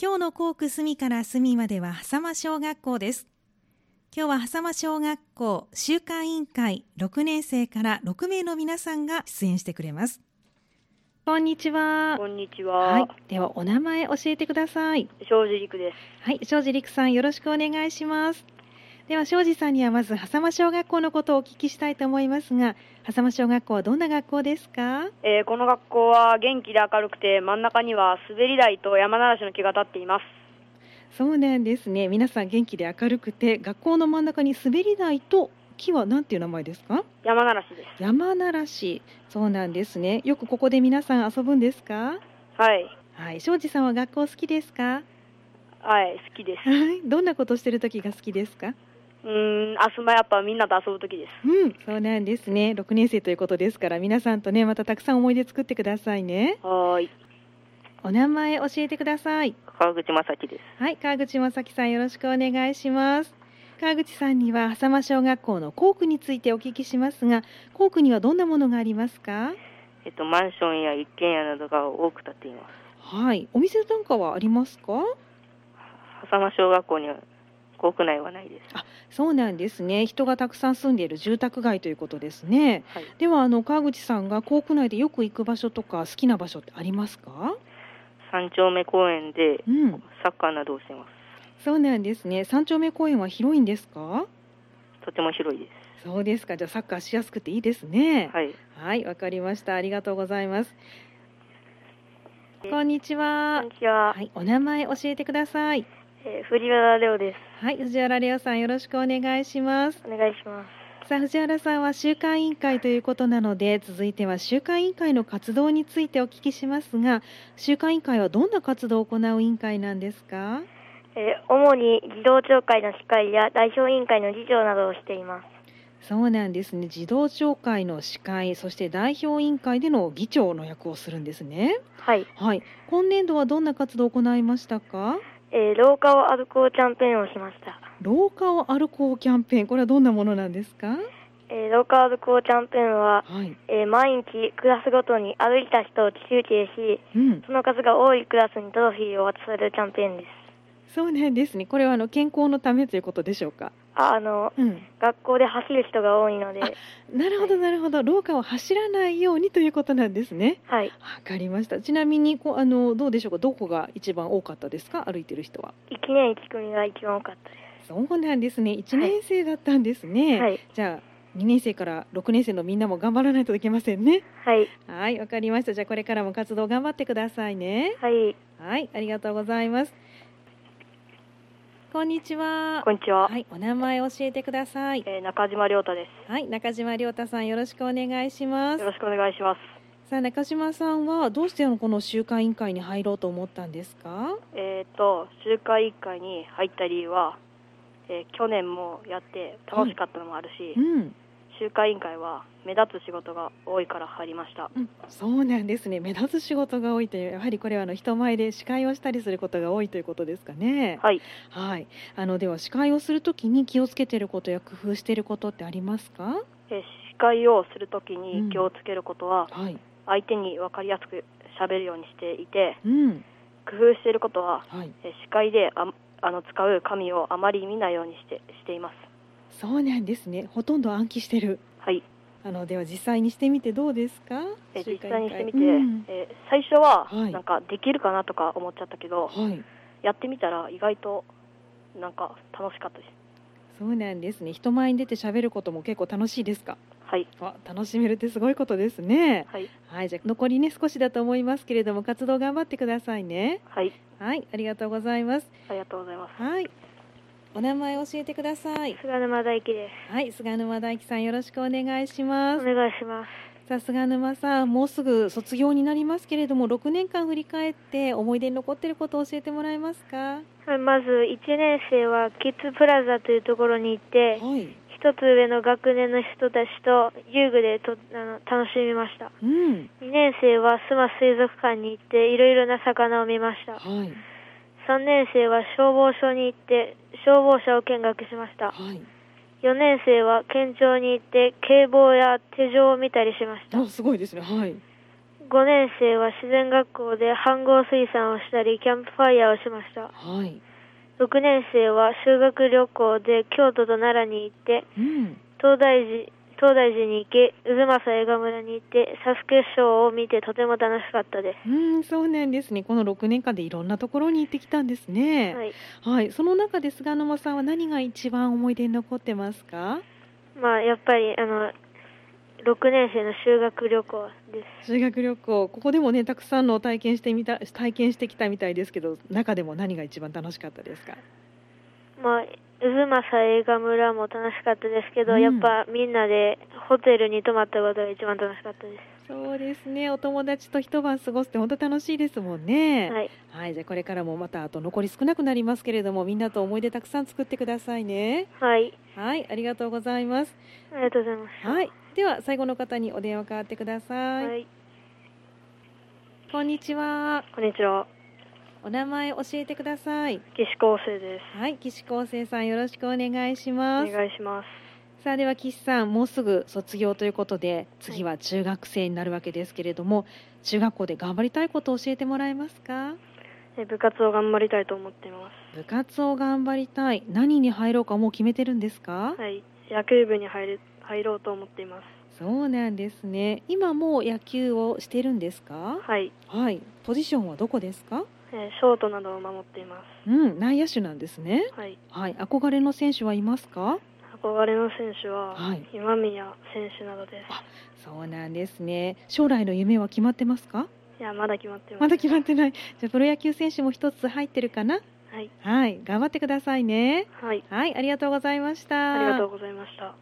今日の校区隅から隅までは狭間小学校です今日は狭間小学校週間委員会6年生から6名の皆さんが出演してくれますこんにちは こんにちはは。い、ではお名前教えてください庄司陸です。はい、庄司陸さんよろしくお願いしますでは庄司さんにはまず狭間小学校のことをお聞きしたいと思いますが狭間小学校はどんな学校ですかえーこの学校は元気で明るくて、真ん中には滑り台と山ならしの木が立っています。そうなんですね皆さん元気で明るくて学校の真ん中に滑り台と木はなんていう名前ですか山ならしです。山ならしそうなんですねよくここで皆さん遊ぶんですかはい。はい、庄司さんは学校好きですかはい、好き です。はい、どんなことしてる時が好きですかうーん、あすまやっぱみんなと遊ぶときです。うん、そうなんですね6年生ということですから皆さんとねまたたくさん思い出作ってくださいねはーい。お名前教えてください川口正樹です。はい、川口正樹さんよろしくお願いします川口さんには浅間小学校の校区についてお聞きしますが校区にはどんなものがありますかえっと、マンションや一軒家などが多く建っています。はい、お店なんかはありますか浅間小学校には、校区内はないです。そうなんですね人がたくさん住んでいる住宅街ということですねはい。ではあの川口さんが校区内でよく行く場所とか好きな場所ってありますか三丁目公園でうん、サッカーなどをしています。そうなんですね三丁目公園は広いんですかとても広いです。そうですかじゃあサッカーしやすくていいですねはい。はい、わ、かりましたありがとうございますこんにちはちはは。い、お名前教えてくださいえ藤原レオではい、藤原レオさんよろしくお願いしますす。お願いします。さあ藤原さんは週間委員会ということなので続いては週間委員会の活動についてお聞きしますが週間委員会はどんな活動を行う委員会なんですかえー主に児童町会の司会や代表委員会の次長などをしています。そうなんですね児童町会の司会そして代表委員会での議長の役をするんですねはい、はい今年度はどんな活動を行いましたかえー廊下を歩こうキャンペーンをしました。廊下を歩こうキャンペーンこれはどんなものなんですかえー廊下を歩こうキャンペーンは、はい、えー毎日クラスごとに歩いた人を集計し、うん、その数が多いクラスにトロフィーを渡されるキャンペーンです。そうなんですねこれはあの健康のためということでしょうかああのうん学校で走る人が多いので、なるほどはいなるほど、廊下を走らないようにということなんですね。はい、わかりました。ちなみにこうあのどうでしょうか。どこが一番多かったですか。歩いてる人は。 1年1組が一番多かったでそうなんですね。一年生だったんですね。す。はい、じゃあ二年生から六年生のみんなも頑張らないといけませんね。はい、はい、わかりました。じゃあこれからも活動頑張ってくださいね。はい、はい、ありがとうございます。こんにちはこ。んにちは。はい、お名前教えてください。えー中島亮太ではい、中島亮太さんよろしくお願いしますす。よ。ろしくお願いします。さあ中島さんはどうしてこの集会委員会に入ろうと思ったんですかえっ、と、集会委員会に入った理由は、えー去年もやって楽しかったのもあるし、うん、集会委員会は目立つ仕事が多いから入りました。うん、そうなんですね目立つ仕事が多いというやはりこれはあの人前で司会をしたりすることが多いということですかねはい。はいあのでは司会をするときに気をつけていることや工夫していることってありますかえー司会をするときうんに気をつけることは、はい相手に分かりやすく喋るようにしていて、うん工夫していることは、はいえー司会でああの使う紙をあまり見ないようにしてしています。そうなんですねほとんど暗記してるはい。あのでは実際にしてみてどうですかえー集実会委際員に会してみて、うんえー最初ははいなんかできるかなとか思っちゃったけど、はいやってみたら意外となんか楽しかったです。そうなんですね人前に出て喋ることも結構楽しいですかはい、あ楽しめるってすごいことですね。はい、はい、じゃあ残りね少しだと思いますけれども活動頑張ってくださいね。はい、はい、ありがとうございます。ありがとうございます。はい。お名前教えてください。菅沼大輝です。はい、菅沼大樹さんよろしくお願いしまおす。願いします。さあ菅沼さん、もうすぐ卒業になりますけれども、6年間振り返って思い出に残っていることを教えてもらえますか。はいまず1年生はキッズプラザというところに行ってはい。一つ上の学年の人たちと遊具でとあの楽しみましたうん。 2年生は須磨水族館に行っていろいろな魚を見ましたはい。 3年生は消防署に行って消防車を見学しましたはい。 4年生は県庁に行って警棒や手錠を見たりしましたあ、すごいですね。はい。 5年生は自然学校で飯合水産をしたりキャンプファイヤーをしましたはい。 6年生は修学旅行で京都と奈良に行ってうん。東大寺東大寺に行き渦政映画村に行ってサスケショーを見てとても楽しかったでうん、そうなんですね。この6年間でいろんなところに行ってきたんですす、ね。はい、はい。その中で菅沼さんは何が一番思い出に残ってますかまあやっぱりあの6年生の修学旅行です修学旅行、ここでもね、たくさんの体験してみた、体験してきたみたいですけど、中でも何が一番楽しかったですかまあ渦政映画村も楽しかったですけど、うんやっぱみんなでホテルに泊まったことが一番楽しかったでそうですね。お友達と一晩過ごすって本当楽しいですもんす、ね。はい、はい、じゃあこれからもまたあと残り少なくなりますけれども、みんなと思い出たくさん作ってくださいね。はい、はい、ありがとうございます。ありがとうございましたはい、では最後の方にお電話変わってください。はい、こんにちは。こんにちはお名前教えてください。岸高生ですはい、岸高生さんよろしくお願いしおます。願いしますさあでは岸さん、もうすぐ卒業ということで、次は中学生になるわけですけれども、中学校で頑張りたいことを教えてもらえますか？え部活を頑張りたいと思っていま部活を頑張りたい。何に入ろうかもう決めてるんですかす。はい野球部に入れ入ろうと思っていますそうなんですね。今もう野球をしてるんですか？はい、はい。ポジションはどこですか？えーショートなどを守っていまうん、内野手なんですね。すはいはい。憧れの選手はいますか？憧れの選手は、はい今宮選手などでそうなんですね。将来の夢は決まってますか？すいやまだ決まってまますだ決まってない。じゃあプロ野球選手も一つ入ってるかな？はい、はい。頑張ってくださいね。はい、はい。ありがとうございました。ありがとうございました